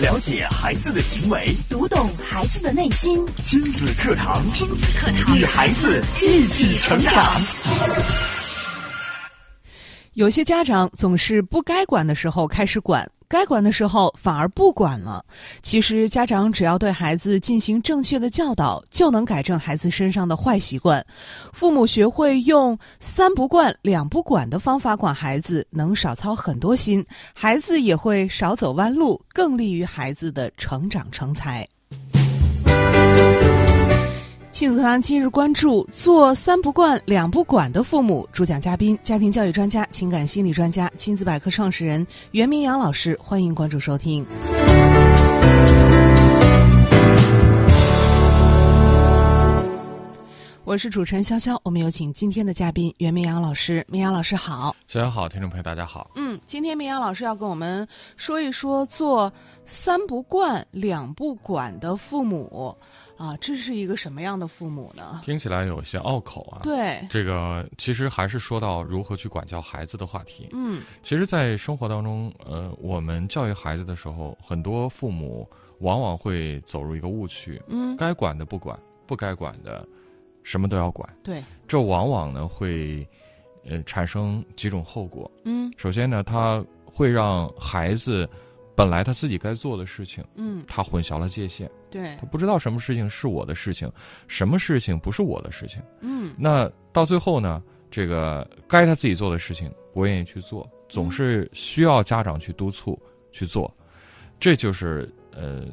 了解孩子的行为，读懂孩子的内心。亲子课堂，亲子课堂，与孩子一起成长。有些家长总是不该管的时候开始管，该管的时候反而不管了。其实，家长只要对孩子进行正确的教导，就能改正孩子身上的坏习惯。父母学会用“三不惯、两不管”的方法管孩子，能少操很多心，孩子也会少走弯路，更利于孩子的成长成才。亲子课堂今日关注：做三不惯、两不管的父母。主讲嘉宾：家庭教育专家、情感心理专家、亲子百科创始人袁明阳老师。欢迎关注收听。我是主持人潇潇，我们有请今天的嘉宾袁明阳老师。明阳老师好。大家好，听众朋友大家好。嗯，今天明阳老师要跟我们说一说做三不惯、两不管的父母啊，这是一个什么样的父母呢？听起来有些拗口啊。，对，这个其实还是说到如何去管教孩子的话题。嗯其实，在生活当中，呃，我们教育孩子的时候，很多父母往往会走入一个误区，嗯，该管的不管，不该管的什么都要管。嗯对，这往往呢会，呃，产生几种后果。嗯首先呢，它会让孩子本来他自己该做的事情，嗯，他混淆了界限，对他，不知道什么事情是我的事情，什么事情不是我的事情。嗯那到最后呢，这个该他自己做的事情不愿意去做，总是需要家长去督促去做，这就是呃，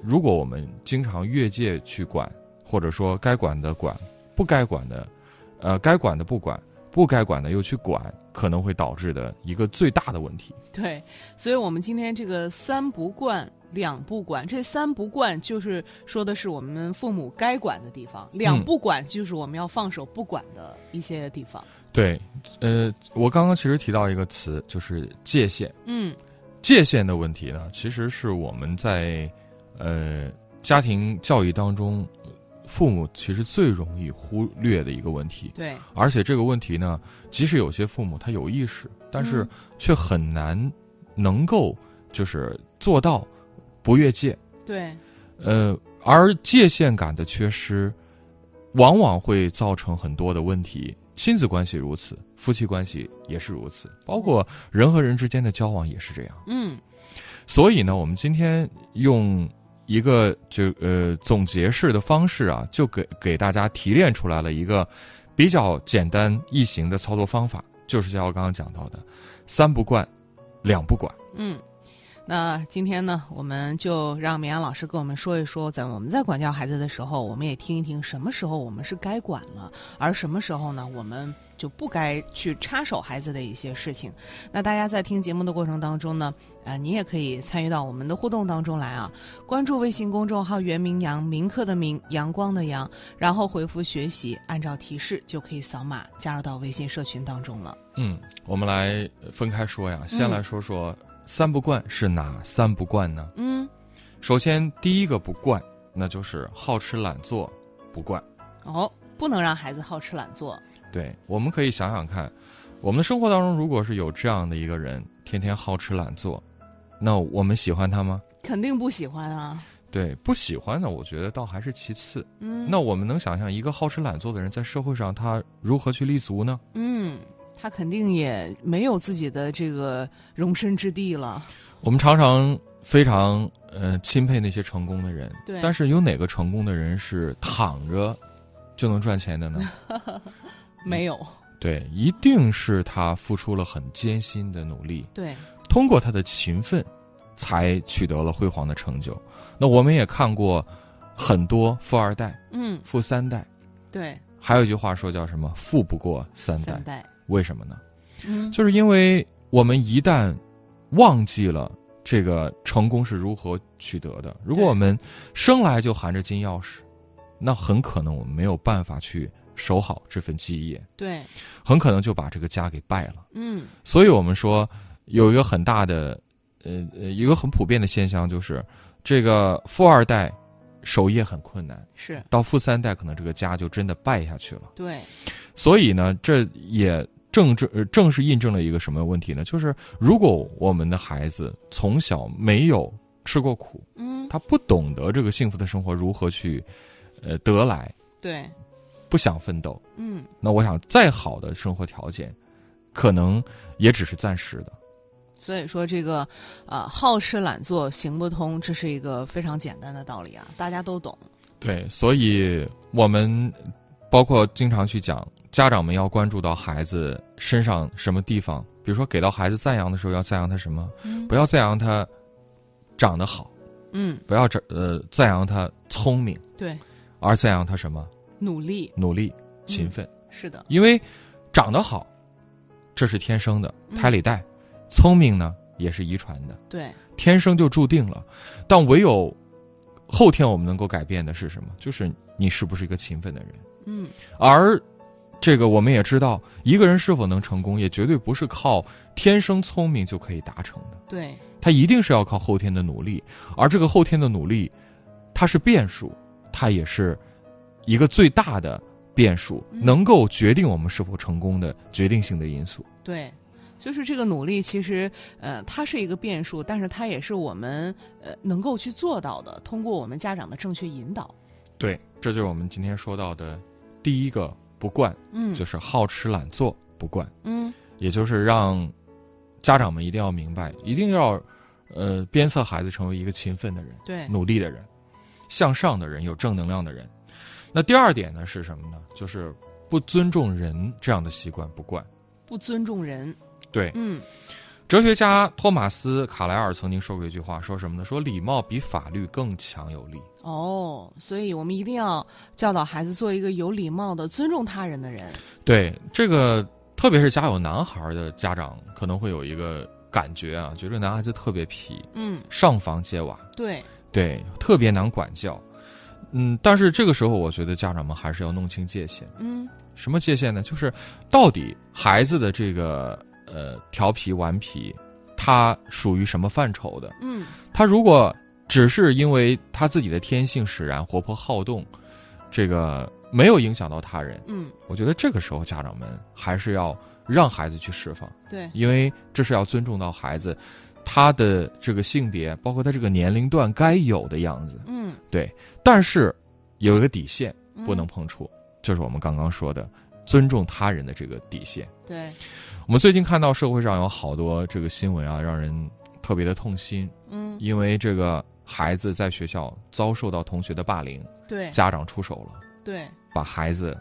如果我们经常越界去管，或者说该管的管，不该管的，呃，该管的不管，不该管的又去管，可能会导致的一个最大的问题。对，所以我们今天这个三不惯。两不管，这三不惯就是说的是我们父母该管的地方，两嗯不管就是我们要放手不管的一些地方。对，呃，我刚刚其实提到一个词，就是界限。嗯界限的问题呢，其实是我们在呃家庭教育当中，呃父母其实最容易忽略的一个问题。对，嗯而且这个问题呢，即使有些父母他有意识，但是嗯却很难能够就是做到不越界。对，呃，而界限感的缺失，往往会造成很多的问题。亲子关系如此，夫妻关系也是如此，包括人和人之间的交往也是这样。嗯所以呢，我们今天用一个就呃总结式的方式啊，就给给大家提炼出来了一个比较简单易行的操作方法，就是像我刚刚讲到的“三不惯，两不管嗯，那今天呢，我们就让绵阳老师跟我们说一说，在我们在管教孩子的时候，我们也听一听什么时候我们是该管了，而什么时候呢，我们就不该去插手孩子的一些事情。那大家在听节目的过程当中呢，呃，你也可以参与到我们的互动当中来啊，关注微信公众号“袁明阳”，明课的明，阳光的阳，然后回复“学习”，按照提示就可以扫码加入到微信社群当中了。”。嗯，我们来分开说呀，先嗯来说说“三不惯”是哪三不惯呢？嗯，首先，第一个不惯，那就是好吃懒做不惯。哦，不能让孩子好吃懒做。对，我们可以想想看，我们的生活当中如果是有这样的一个人，天天好吃懒做，那我们喜欢他吗？肯定不喜欢啊。对，不喜欢呢，我觉得倒还是其次。嗯，那我们能想象一个好吃懒做的人在社会上他如何去立足呢？嗯，他肯定也没有自己的这个容身之地了。我们常常非常呃钦佩那些成功的人，对但是有哪个成功的人是躺着就能赚钱 的呢？没有，对，一定是他付出了很艰辛的努力，对，通过他的勤奋，才取得了辉煌的成就。那我们也看过很多富二代、嗯，富三代，对，还有一句话说叫什么“富不过三代三代，”，为什么呢？嗯，就是因为我们一旦忘记了这个成功是如何取得的，如果对我们生来就含着金钥匙，那很可能我们没有办法去守好这份基业，对，很可能就把这个家给败了。嗯，所以我们说有一个很大的，呃，呃一个很普遍的现象就是，这个富二代守业很困难，是到富三代可能这个家就真的败下去了。对，所以呢，这也正正呃正是印证了一个什么问题呢？就是如果我们的孩子从小没有吃过苦，嗯，他不懂得这个幸福的生活如何去，呃，得来，对，不想奋斗。嗯，那我想，再好的生活条件，可能也只是暂时的。所以说这个，呃，好吃懒做行不通，这是一个非常简单的道理啊，大家都懂。对，所以我们包括经常去讲，家长们要关注到孩子身上什么地方，比如说给到孩子赞扬的时候，要赞扬他什么？嗯不要赞扬他长得好，嗯，不要这呃赞扬他聪明，对，而赞扬他什么？努力努力、勤奋。是的，因为长得好，这是天生的，嗯胎里带；聪明呢，也是遗传的，对，天生就注定了。但唯有后天我们能够改变的是什么？就是你是不是一个勤奋的人。嗯，而这个我们也知道，一个人是否能成功，也绝对不是靠天生聪明就可以达成的，对，他一定是要靠后天的努力。而这个后天的努力，它是变数，它也是一个最大的变数，嗯能够决定我们是否成功的决定性的因素。对，就是这个努力，其实呃，它是一个变数，但是它也是我们呃能够去做到的，通过我们家长的正确引导。嗯对，这就是我们今天说到的第一个不惯，嗯就是好吃懒做不惯。嗯，也就是让家长们一定要明白，一定要呃鞭策孩子成为一个勤奋的人、对，努力的人、向上的人、有正能量的人。那第二点呢是什么呢？就是不尊重人这样的习惯不惯。不尊重人。对，嗯哲学家托马斯·卡莱尔曾经说过一句话，说什么呢？说礼貌比法律更强有力。哦，所以我们一定要教导孩子做一个有礼貌的、尊重他人的人。对，这个特别是家有男孩儿的家长可能会有一个感觉啊，觉得男孩子特别皮，嗯，上房揭瓦。对，对，特别难管教。嗯，但是这个时候，我觉得家长们还是要弄清界限。嗯什么界限呢？就是到底孩子的这个呃调皮顽皮，他属于什么范畴的？嗯，他如果只是因为他自己的天性使然，活泼好动，这个没有影响到他人，嗯，我觉得这个时候家长们还是要让孩子去释放。对，因为这是要尊重到孩子他的这个性别，包括他这个年龄段该有的样子。嗯，对，但是有一个底线嗯不能碰触，就是我们刚刚说的尊重他人的这个底线。对，我们最近看到社会上有好多这个新闻啊，让人特别的痛心，嗯因为这个孩子在学校遭受到同学的霸凌，对家长出手了，对，把孩子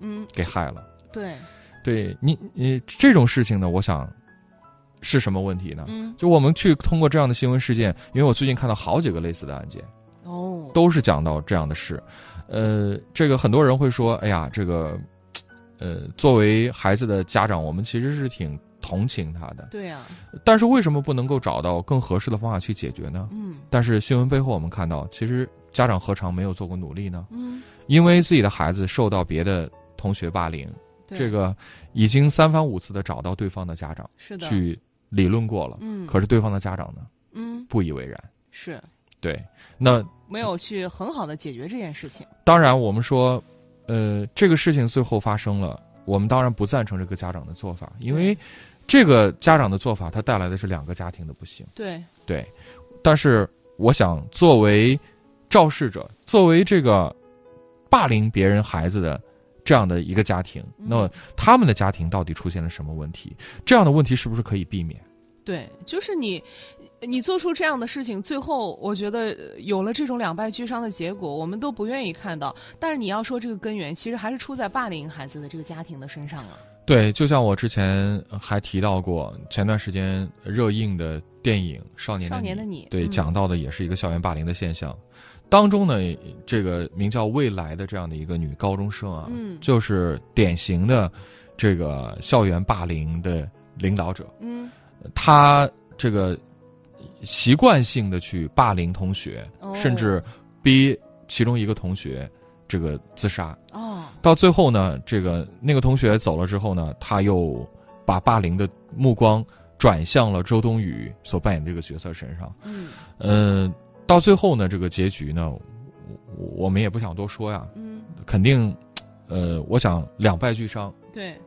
嗯给害了。对，对你，你这种事情呢，我想是什么问题呢？嗯就我们去通过这样的新闻事件，因为我最近看到好几个类似的案件，哦，都是讲到这样的事。呃，这个很多人会说，哎呀，这个，呃，作为孩子的家长，我们其实是挺同情他的，对啊呀、但是为什么不能够找到更合适的方法去解决呢？嗯但是新闻背后我们看到，其实家长何尝没有做过努力呢？嗯，因为自己的孩子受到别的同学霸凌，对这个已经三番五次的找到对方的家长是的，去理论过了，嗯，可是对方的家长呢嗯不以为然。是对，那没有去很好的解决这件事情。当然我们说，呃，这个事情最后发生了，我们当然不赞成这个家长的做法，因为这个家长的做法，它带来的是两个家庭的不幸。对，对，但是我想，作为肇事者，作为这个霸凌别人孩子的这样的一个家庭，嗯那么他们的家庭到底出现了什么问题？这样的问题是不是可以避免？对，就是你，你做出这样的事情，最后我觉得呃有了这种两败俱伤的结果，我们都不愿意看到。但是你要说这个根源，其实还是出在霸凌孩子的这个家庭的身上啊。对，就像我之前还提到过，前段时间热映的电影《少年的少你》年的你，对，嗯讲到的也是一个校园霸凌的现象。当中呢，这个名叫未来的这样的一个女高中生啊，嗯就是典型的这个校园霸凌的领导者，嗯她这个习惯性的去霸凌同学，哦甚至逼其中一个同学这个自杀。哦，到最后呢，这个那个同学走了之后呢，他又把霸凌的目光转向了周冬雨所扮演的这个角色身上。嗯嗯，到最后呢，这个结局呢，我我们也不想多说呀，嗯，肯定，呃，我想两败俱伤。对，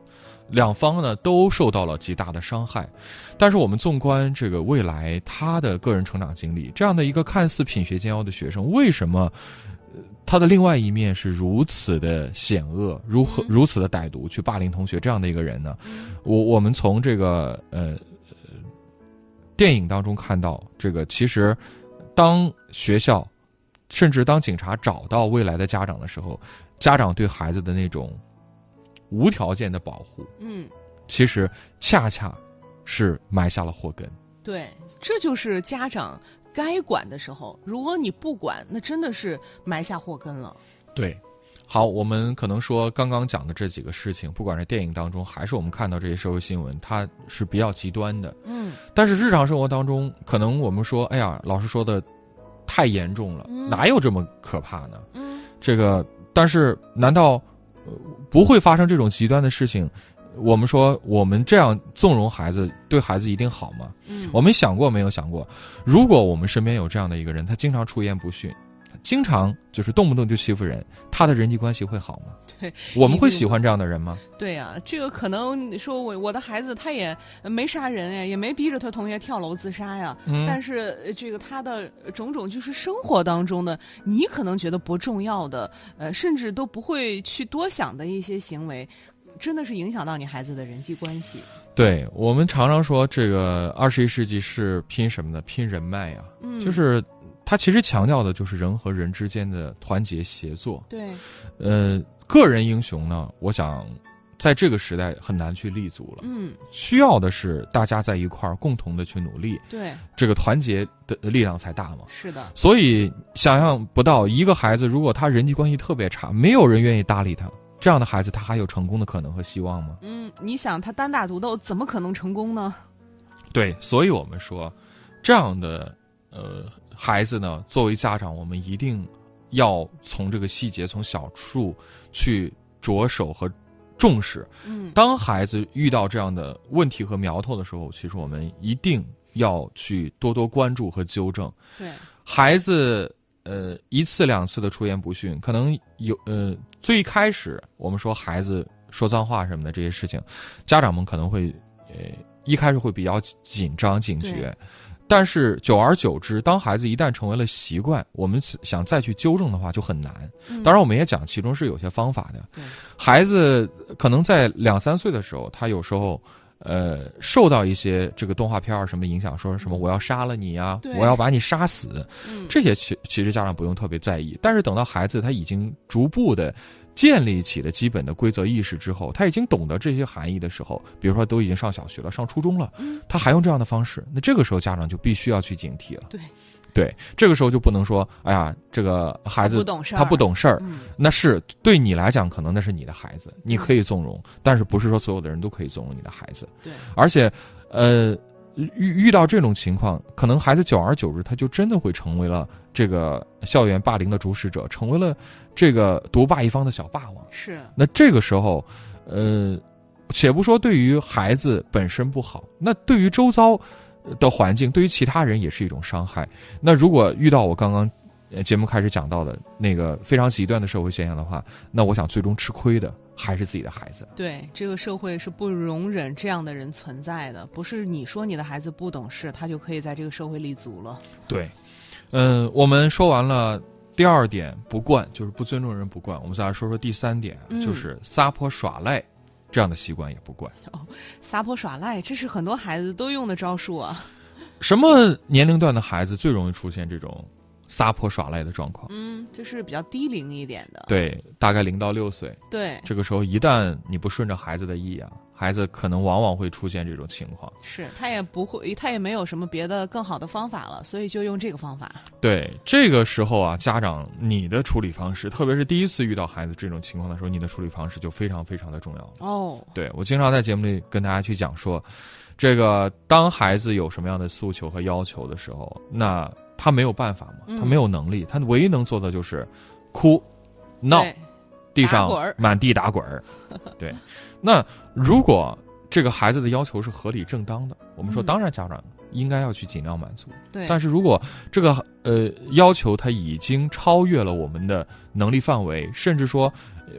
两方呢都受到了极大的伤害。但是我们纵观这个未来他的个人成长经历，这样的一个看似品学兼优的学生，为什么呃他的另外一面是如此的险恶，如何如此的歹毒，去霸凌同学这样的一个人呢？我我们从这个呃呃电影当中看到，这个其实当学校甚至当警察找到未来的家长的时候，家长对孩子的那种无条件的保护，嗯，其实恰恰是埋下了祸根。对，这就是家长该管的时候。如果你不管，那真的是埋下祸根了。对，好，我们可能说刚刚讲的这几个事情，不管是电影当中，还是我们看到这些社会新闻，它是比较极端的。嗯，但是日常生活当中，可能我们说，哎呀，老师说的太严重了，嗯哪有这么可怕呢？嗯，这个，但是难道、呃不会发生这种极端的事情？我们说，我们这样纵容孩子，对孩子一定好吗？嗯我们想过没有想过，如果我们身边有这样的一个人，他经常出言不逊，经常就是动不动就欺负人，他的人际关系会好吗？对，嗯我们会喜欢这样的人吗？对呀、这个可能你说我我的孩子他也没杀人呀，也没逼着他同学跳楼自杀呀，嗯但是呃这个他的呃种种就是生活当中的你可能觉得不重要的，呃，甚至都不会去多想的一些行为，真的是影响到你孩子的人际关系。对我们常常说，这个二十一世纪是拼什么呢？拼人脉呀、嗯，就是它其实强调的就是人和人之间的团结协作。对，呃，个人英雄呢，我想在这个时代很难去立足了，嗯，需要的是大家在一块儿共同的去努力，对，这个团结的力量才大嘛。是的，所以想象不到，一个孩子如果他人际关系特别差，没有人愿意搭理他，这样的孩子他还有成功的可能和希望吗？嗯，你想他单打独斗怎么可能成功呢？对，所以我们说，这样的呃孩子呢，作为家长，我们一定要从这个细节，从小处去着手和重视。嗯，当孩子遇到这样的问题和苗头的时候，其实我们一定要去多多关注和纠正。对，孩子呃一次两次的出言不逊，可能有呃最开始我们说孩子说脏话什么的这些事情，家长们可能会呃一开始会比较紧张警觉对。但是久而久之，当孩子一旦成为了习惯，我们想再去纠正的话就很难。嗯当然，我们也讲其中是有些方法的。对孩子可能在两三岁的时候，他有时候呃受到一些这个动画片儿什么影响，说什么我要杀了你呀、对我要把你杀死，嗯，这些其其实家长不用特别在意。但是等到孩子他已经逐步的。建立起了基本的规则意识之后，他已经懂得这些含义的时候，比如说都已经上小学了、上初中了，嗯他还用这样的方式，那这个时候家长就必须要去警惕了。对，对，这个时候就不能说，哎呀，这个孩他子不懂事儿，他不，懂事儿，嗯，那是对你来讲，可能那是你的孩子，你可以纵容，但是不是说所有的人都可以纵容你的孩子？对，而且，呃，遇遇到这种情况，可能孩子久而久之，他就真的会成为了这个呃校园霸凌的主使者，成为了这个独霸一方的小霸王。是，那这个时候，呃，且不说对于孩子本身不好，那对于周遭的环境，对于其他人也是一种伤害。那如果遇到我刚刚呃节目开始讲到的那个非常极端的社会现象的话，那我想最终吃亏的还是自己的孩子。对，这个社会是不容忍这样的人存在的，不是你说你的孩子不懂事，他就可以在这个社会立足了。对，嗯、我们说完了。第二点不惯就是不尊重人不惯，我们再来说说第三点，啊嗯就是撒泼耍赖这样的习惯也不惯。撒泼耍赖，这是很多孩子都用的招数啊。什么年龄段的孩子最容易出现这种撒泼耍赖的状况？嗯，就是比较低龄一点的。对，大概零到六岁，对，这个时候一旦你不顺着孩子的意啊，孩子可能往往会出现这种情况。是他也不会，他也没有什么别的更好的方法了，所以就用这个方法。对，这个时候啊，家长你的处理方式，特别是第一次遇到孩子这种情况的时候，你的处理方式就非常非常的重要了。哦，对我经常在节目里跟大家去讲说，这个当孩子有什么样的诉求和要求的时候，那他没有办法嘛，嗯他没有能力，他唯一能做的就是哭、闹、对地打上滚儿满地打 滚儿。对，那如果这个孩子的要求是合理正当的，我们说嗯当然家长应该要去尽量满足。对，但是是如果这个呃要求它已经超越了我们的能力范围，甚至说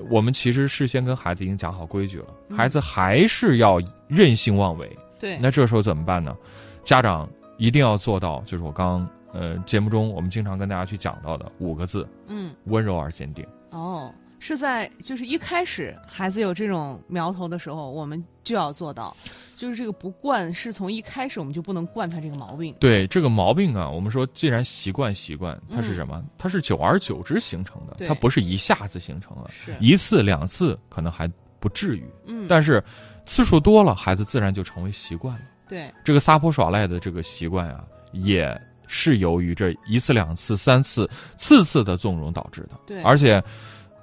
我们其实事先跟孩子已经讲好规矩了，嗯孩子还是要任性妄为，对，那这时候怎么办呢？家长一定要做到，就是我刚呃节目中我们经常跟大家去讲到的五个字：嗯，温柔而坚定。哦，是在就是一开始孩子有这种苗头的时候，我们就要做到，就是这个不惯是从一开始我们就不能惯他这个毛病。对这个毛病啊，我们说既然习惯习惯，它是什么？它是久而久之形成的，嗯对它不是一下子形成的，是，一次两次可能还不至于，嗯，但是次数多了，孩子自然就成为习惯了。对，这个撒泼耍赖的这个习惯啊，也是由于这一次、两次、三次、次次的纵容导致的。对而且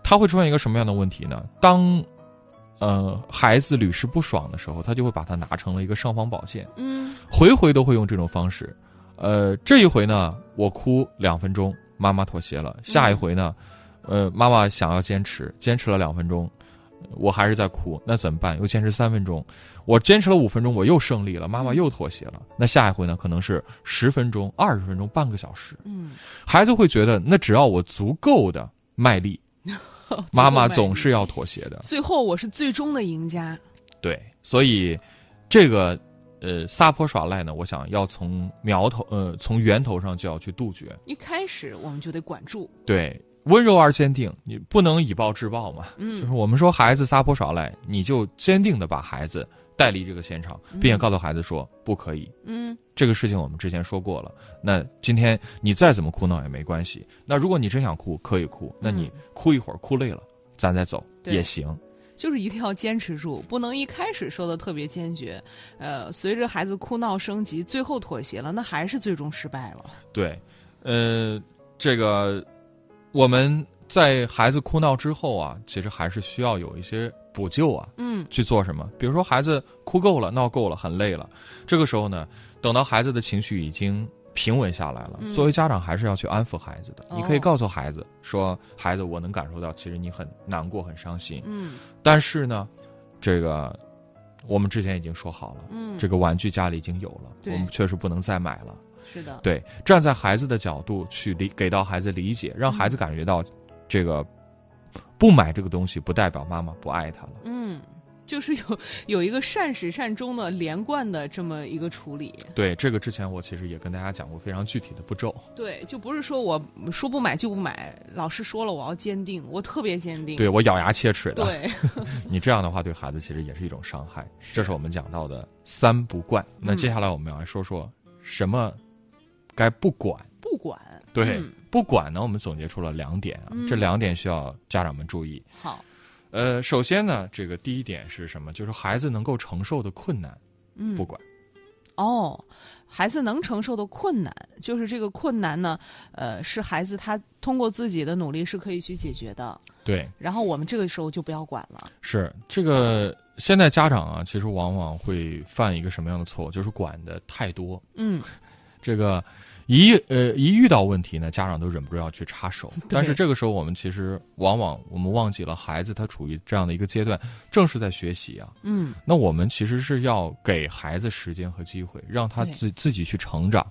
它会出现一个什么样的问题呢？当呃孩子屡试不爽的时候，他就会把它拿成了一个尚方宝剑，嗯，回回都会用这种方式。呃，这一回呢，我哭两分钟，妈妈妥协了；下一回呢，呃，妈妈想要坚持，坚持了两分钟，我还是在哭，那怎么办？又坚持三分钟，我坚持了五分钟，我又胜利了，妈妈又妥协了。那下一回呢，可能是十分钟、二十分钟、半个小时，嗯，孩子会觉得，那只要我足够的卖力， 妈妈总是。是要妥协的。最后我是最终的赢家。对，所以这个呃撒泼耍赖呢，我想要从苗头呃从源头上就要去杜绝。一开始我们就得管住，对，温柔而坚定，你不能以暴制暴嘛。就是嗯，我们说孩子撒泼耍赖，你就坚定的把孩子带离这个现场，并且告诉孩子说不可以。嗯，这个事情我们之前说过了，那今天你再怎么哭闹也没关系。那如果你真想哭，可以哭，那你哭一会儿，哭累了，咱再走嗯对也行。就是一定要坚持住，不能一开始说的特别坚决，呃，随着孩子哭闹升级，最后妥协了，那还是最终失败了。对，呃，这个我们在孩子哭闹之后啊，其实还是需要有一些补救啊，嗯，去做什么？比如说孩子哭够了、闹够了、很累了，这个时候呢，等到孩子的情绪已经平稳下来了，嗯作为家长还是要去安抚孩子的。哦你可以告诉孩子说：“孩子，我能感受到，其实你很难过、很伤心，嗯但是呢，这个我们之前已经说好了，嗯，这个玩具家里已经有了，我对们确实不能再买了。”是的，对，站在孩子的角度去理，给到孩子理解，让孩子嗯感觉到，这个不买这个东西不代表妈妈不爱他了。嗯，就是有有一个善始善终的连贯的这么一个处理。对，这个之前我其实也跟大家讲过非常具体的步骤。对，就不是说我说不买就不买，老师说了我要坚定，我特别坚定。对我咬牙切齿的，嗯对，你这样的话对孩子其实也是一种伤害。这是是我们讲到的三不惯。那嗯接下来我们要来说说什么该不管。不管。 对嗯不管呢，我们总结出了两点啊，这嗯两点需要家长们注意。好，呃，首先呢，这个第一点是什么？就是孩子能够承受的困难嗯，不管。哦，孩子能承受的困难，就是这个困难呢，呃，是孩子他通过自己的努力是可以去解决的。对，然后我们这个时候就不要管了。是这个。现在家长啊，其实往往会犯一个什么样的错误，就是管的太多。嗯，这个一呃一遇到问题呢，家长都忍不住要去插手。但是这个时候，我们其实往往我们忘记了孩子他处于这样的一个阶段，正是在学习啊。嗯，那我们其实是要给孩子时间和机会，让他对自自己去成长，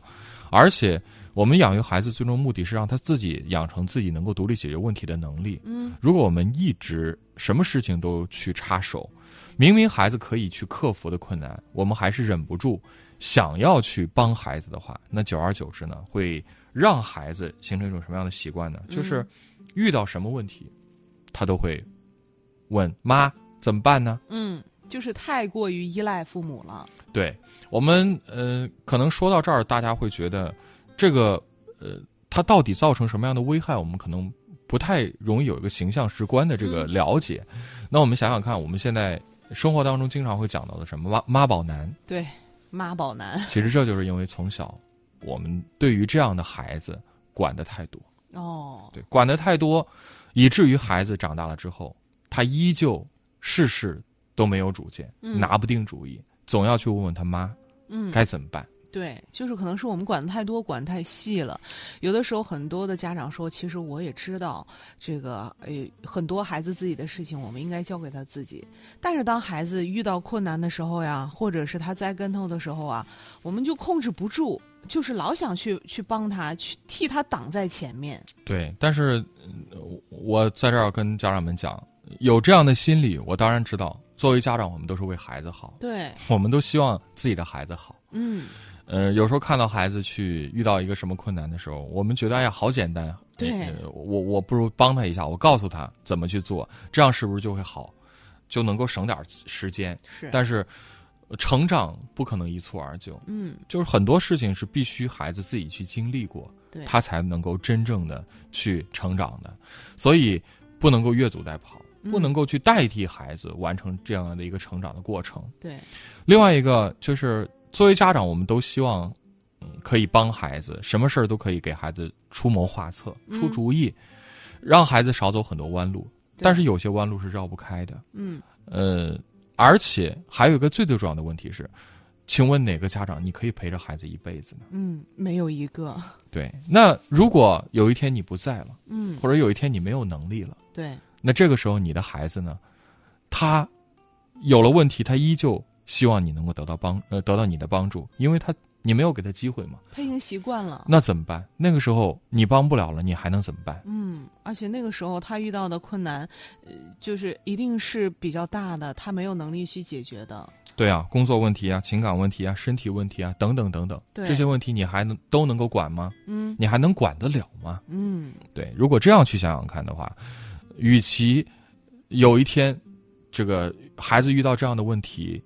而且我们养育孩子最终目的是让他自己养成自己能够独立解决问题的能力。嗯，如果我们一直什么事情都去插手，明明孩子可以去克服的困难，我们还是忍不住想要去帮孩子的话，那久而久之呢，会让孩子形成一种什么样的习惯呢？嗯就是遇到什么问题，他都会问妈怎么办呢？嗯，就是太过于依赖父母了。对我们，呃，可能说到这儿，大家会觉得这个，呃，它到底造成什么样的危害，我们可能不太容易有一个形象直观的这个嗯了解。那我们想想看，我们现在生活当中经常会讲到的什么妈妈宝男，对，妈宝男。其实这就是因为从小我们对于这样的孩子管的太多，哦，对，管的太多，以至于孩子长大了之后，他依旧事事都没有主见，嗯拿不定主意，总要去问问他妈嗯，该怎么办。对，就是可能是我们管的太多，管得太细了。有的时候，很多的家长说，其实我也知道这个，呃，很多孩子自己的事情，我们应该交给他自己。但是当孩子遇到困难的时候呀，或者是他栽跟头的时候啊，我们就控制不住，就是老想去去帮他，去替他挡在前面。呃对，但是嗯我我在这儿要跟家长们讲，有这样的心理，我当然知道，作为家长，我们都是为孩子好，对，我们都希望自己的孩子好。嗯，呃，有时候看到孩子去遇到一个什么困难的时候，我们觉得哎呀好简单，对呃我我不如帮他一下，我告诉他怎么去做，这样是不是就会好，就能够省点时间？是，但是，呃成长不可能一蹴而就，嗯，就是很多事情是必须孩子自己去经历过，对，他才能够真正的去成长的，所以不能够越俎代庖，不嗯能够去代替孩子完成这样的一个成长的过程。对，另外一个就是，作为家长，我们都希望，嗯，可以帮孩子，什么事儿都可以给孩子出谋划策、嗯出主意，让孩子少走很多弯路。对但是有些弯路是绕不开的。嗯，呃，而且还有一个最最重要的问题是，请问哪个家长你可以陪着孩子一辈子呢？嗯，没有一个，对，那如果有一天你不在了，嗯，或者有一天你没有能力了，对，那这个时候你的孩子呢，他有了问题，他依旧希望你能够得到帮呃得到你的帮助，因为他你没有给他机会嘛。他已经习惯了。那怎么办？那个时候你帮不了了，你还能怎么办？嗯，而且那个时候他遇到的困难，呃，就是一定是比较大的，他没有能力去解决的。对啊，工作问题啊，情感问题啊，身体问题啊，等等等等，对这些问题你还能都能够管吗？嗯你还能管得了吗？嗯，对，如果这样去想想看的话，与其有一天这个孩子遇到这样的问题，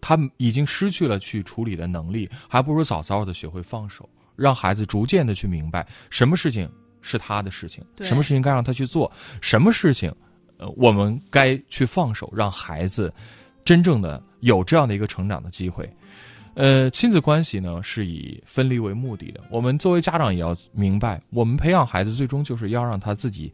他已经失去了去处理的能力，还不如早早的学会放手，让孩子逐渐的去明白什么事情是他的事情，对什么事情该让他去做，什么事情呃我们该去放手，让孩子真正的有这样的一个成长的机会。呃，亲子关系呢是以分离为目的的。我们作为家长也要明白，我们培养孩子最终就是要让他自己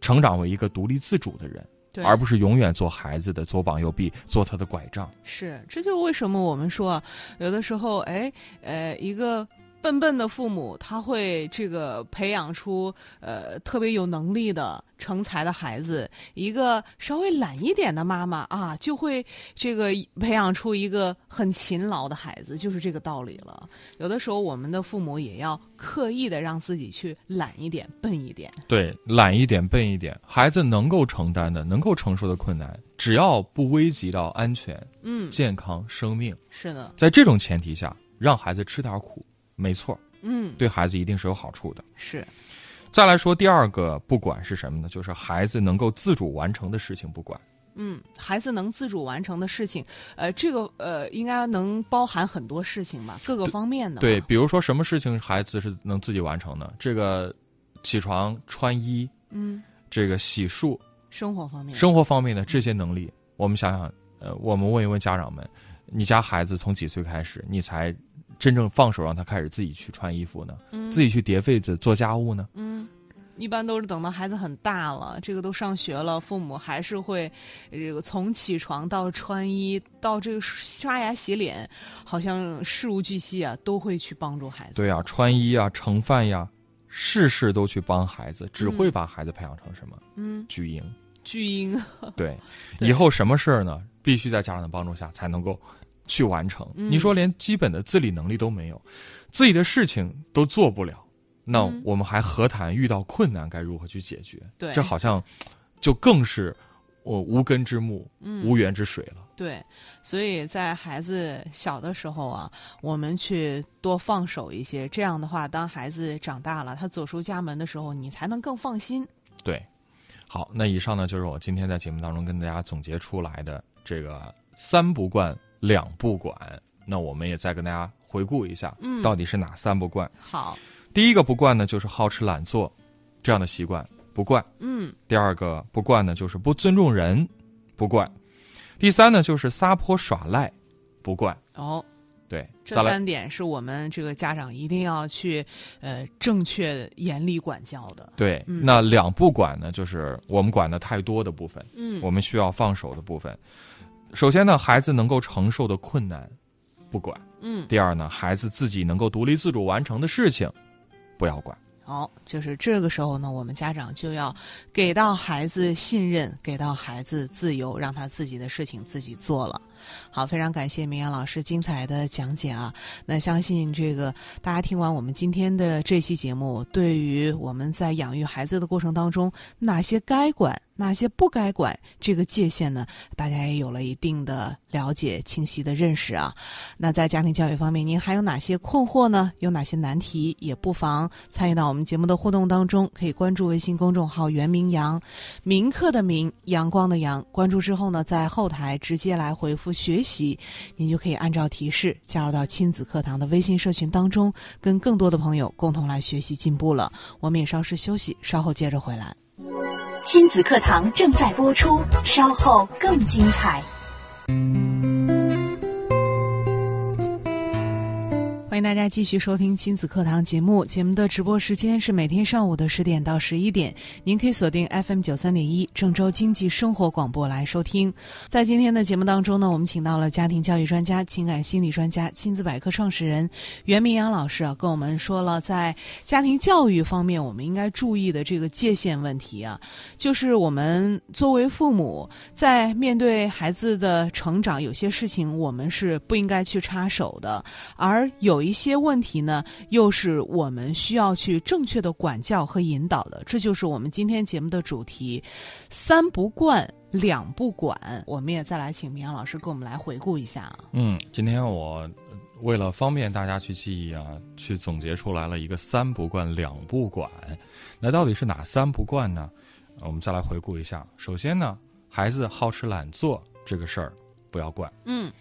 成长为一个独立自主的人，对，而不是永远做孩子的左膀右臂，做他的拐杖。是，这就是为什么我们说啊，有的时候，哎，呃，一个笨笨的父母，他会这个培养出呃特别有能力的成才的孩子；一个稍微懒一点的妈妈啊，就会这个培养出一个很勤劳的孩子，就是这个道理了。有的时候，我们的父母也要刻意的让自己去懒一点、笨一点。对，懒一点，笨一点，孩子能够承担的、能够承受的困难，只要不危及到安全、嗯，健康、生命，是的，在这种前提下，让孩子吃点苦，没错，嗯，对孩子一定是有好处的。是，再来说第二个，不管是什么呢，就是孩子能够自主完成的事情，不管。嗯，孩子能自主完成的事情，呃，这个呃，应该能包含很多事情吧，各个方面的吧。对，比如说什么事情孩子是能自己完成的？这个起床、穿衣，嗯，这个洗漱，生活方面，生活方面的这些能力，我们想想，呃，我们问一问家长们，你家孩子从几岁开始，你才真正放手让他开始自己去穿衣服呢？嗯自己去叠被子、做家务呢？嗯，一般都是等到孩子很大了，这个都上学了，父母还是会呃这个从起床到穿衣到这个刷牙洗脸，好像事无巨细啊，都会去帮助孩子。对呀、穿衣啊，盛饭呀、事事都去帮孩子，只会把孩子培养成什么嗯，巨 婴。巨婴，对，对以后什么事儿呢，必须在家长的帮助下才能够去完成。嗯你说连基本的自理能力都没有，自己的事情都做不了，那嗯我们还何谈遇到困难该如何去解决？对这好像就更是我无根之木、嗯，无源之水了。对，所以在孩子小的时候啊，我们去多放手一些，这样的话，当孩子长大了，他走出家门的时候，你才能更放心。对，好，那以上呢就是我今天在节目当中跟大家总结出来的这个三不惯、两不管。那我们也再跟大家回顾一下，嗯到底是哪三不惯？好，第一个不惯呢，就是好吃懒做这样的习惯不惯；嗯第二个不惯呢，就是不尊重人不惯；第三呢，就是撒泼耍赖不惯。哦，对，这再来三点是我们这个家长一定要去呃正确严厉管教的。对，嗯那两不管呢，就是我们管的太多的部分，嗯我们需要放手的部分。首先呢，孩子能够承受的困难不管；嗯，第二呢，孩子自己能够独立自主完成的事情不要管。好，就是这个时候呢，我们家长就要给到孩子信任，给到孩子自由，让他自己的事情自己做了。好，非常感谢明阳老师精彩的讲解啊！那相信这个大家听完我们今天的这期节目，对于我们在养育孩子的过程当中，哪些该管，哪些不该管，这个界限呢，大家也有了一定的了解、清晰的认识啊。那在家庭教育方面，您还有哪些困惑呢？有哪些难题？也不妨参与到我们节目的互动当中，可以关注微信公众号“袁明阳”，明课的明，阳光的阳。关注之后呢，在后台直接来回复“学习”，您就可以按照提示加入到亲子课堂的微信社群当中，跟更多的朋友共同来学习进步了。我们也稍事休息，稍后接着回来。亲子课堂正在播出，稍后更精彩。欢迎大家继续收听亲子课堂节目，节目的直播时间是每天上午的十点到十一点，您可以锁定 FM 九三点一郑州经济生活广播来收听。在今天的节目当中呢，我们请到了家庭教育专家、情感心理专家、亲子百科创始人袁明阳老师啊，跟我们说了在家庭教育方面我们应该注意的这个界限问题啊，就是我们作为父母在面对孩子的成长，有些事情我们是不应该去插手的，而有一些问题呢，又是我们需要去正确的管教和引导的。这就是我们今天节目的主题：三不惯，两不管。我们也再来请明阳老师给我们来回顾一下啊。嗯，今天我呃为了方便大家去记忆啊，去总结出来了一个三不惯、两不管。那到底是哪三不惯呢？呃我们再来回顾一下。首先呢，孩子好吃懒做这个事儿不要惯。嗯，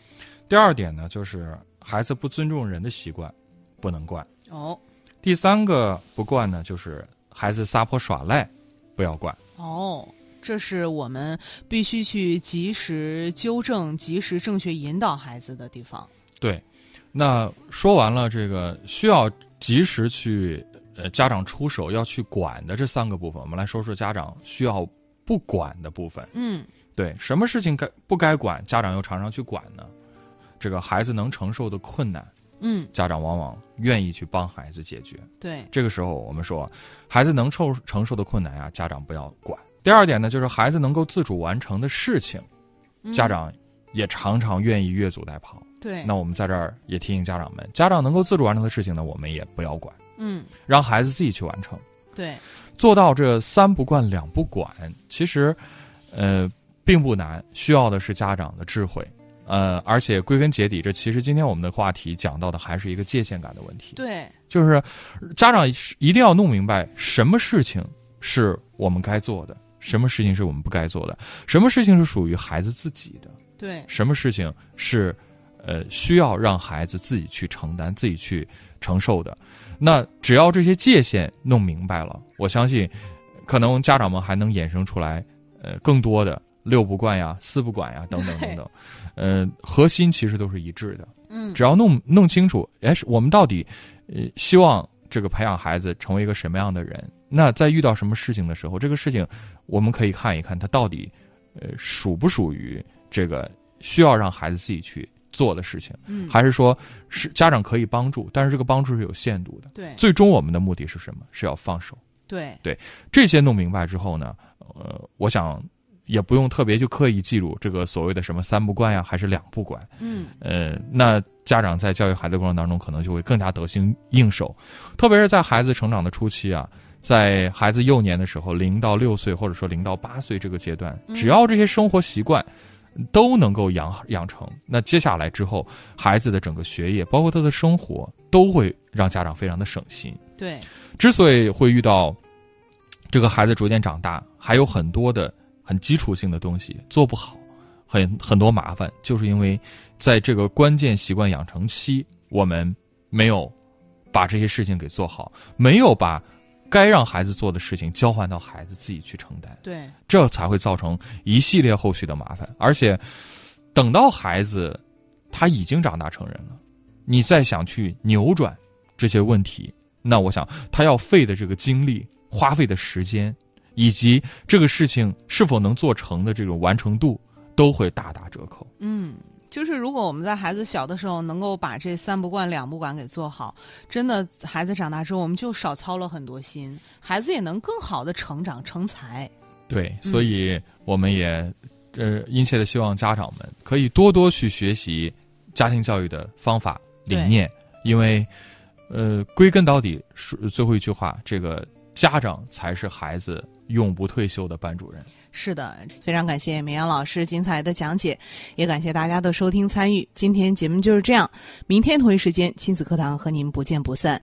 第二点呢，就是孩子不尊重人的习惯不能惯。哦第三个不惯呢，就是孩子撒泼耍赖不要惯。哦。这是我们必须去及时纠正、及时正确引导孩子的地方。对，那说完了这个需要及时去呃家长出手要去管的这三个部分，我们来说说家长需要不管的部分。嗯，对，什么事情该不该管，家长又常常去管呢？这个孩子能承受的困难，嗯，家长往往愿意去帮孩子解决。对，这个时候我们说，孩子能受承受的困难呀、啊家长不要管。第二点呢，就是孩子能够自主完成的事情，嗯家长也常常愿意越俎代庖。对，那我们在这儿也提醒家长们，家长能够自主完成的事情呢，我们也不要管，嗯，让孩子自己去完成。对，做到这三不惯两不管，其实，呃，并不难，需要的是家长的智慧。呃，而且归根结底，这其实今天我们的话题讲到的还是一个界限感的问题。对，就是家长是一定要弄明白什么事情是我们该做的，什么事情是我们不该做的，什么事情是属于孩子自己的，对，什么事情是呃需要让孩子自己去承担、自己去承受的。那只要这些界限弄明白了，我相信可能家长们还能衍生出来呃更多的六不惯呀、四不管呀等等等等，呃，核心其实都是一致的。嗯，只要弄弄清楚，哎，是我们到底，呃，希望这个培养孩子成为一个什么样的人？那在遇到什么事情的时候，这个事情我们可以看一看，它到底，呃，属不属于这个需要让孩子自己去做的事情，嗯，还是说是家长可以帮助，但是这个帮助是有限度的。对，最终我们的目的是什么？是要放手。对，这些弄明白之后呢，呃，我想也不用特别去刻意记住这个所谓的什么三不惯呀，还是两不管。嗯，呃，那家长在教育孩子的过程当中，可能就会更加得心应手，特别是在孩子成长的初期啊，在孩子幼年的时候，零到六岁或者说零到八岁这个阶段，嗯只要这些生活习惯都能够养养成，那接下来之后，孩子的整个学业，包括他的生活，都会让家长非常的省心。对，之所以会遇到这个孩子逐渐长大，还有很多的很基础性的东西做不好，很很多麻烦，就是因为在这个关键习惯养成期，我们没有把这些事情给做好，没有把该让孩子做的事情交换到孩子自己去承担，对，这才会造成一系列后续的麻烦。而且，等到孩子他已经长大成人了，你再想去扭转这些问题，那我想他要费的这个精力、花费的时间，以及这个事情是否能做成的这种完成度，都会大打折扣。嗯。就是如果我们在孩子小的时候能够把这三不惯两不管给做好，真的孩子长大之后我们就少操了很多心，孩子也能更好的成长成才。对，嗯所以我们也呃殷切的希望家长们可以多多去学习家庭教育的方法理对念，因为呃归根到底，说最后一句话，这个家长才是孩子永不退休的班主任。是的，非常感谢绵阳老师精彩的讲解，也感谢大家的收听参与。今天节目就是这样，明天同一时间亲子课堂和您不见不散。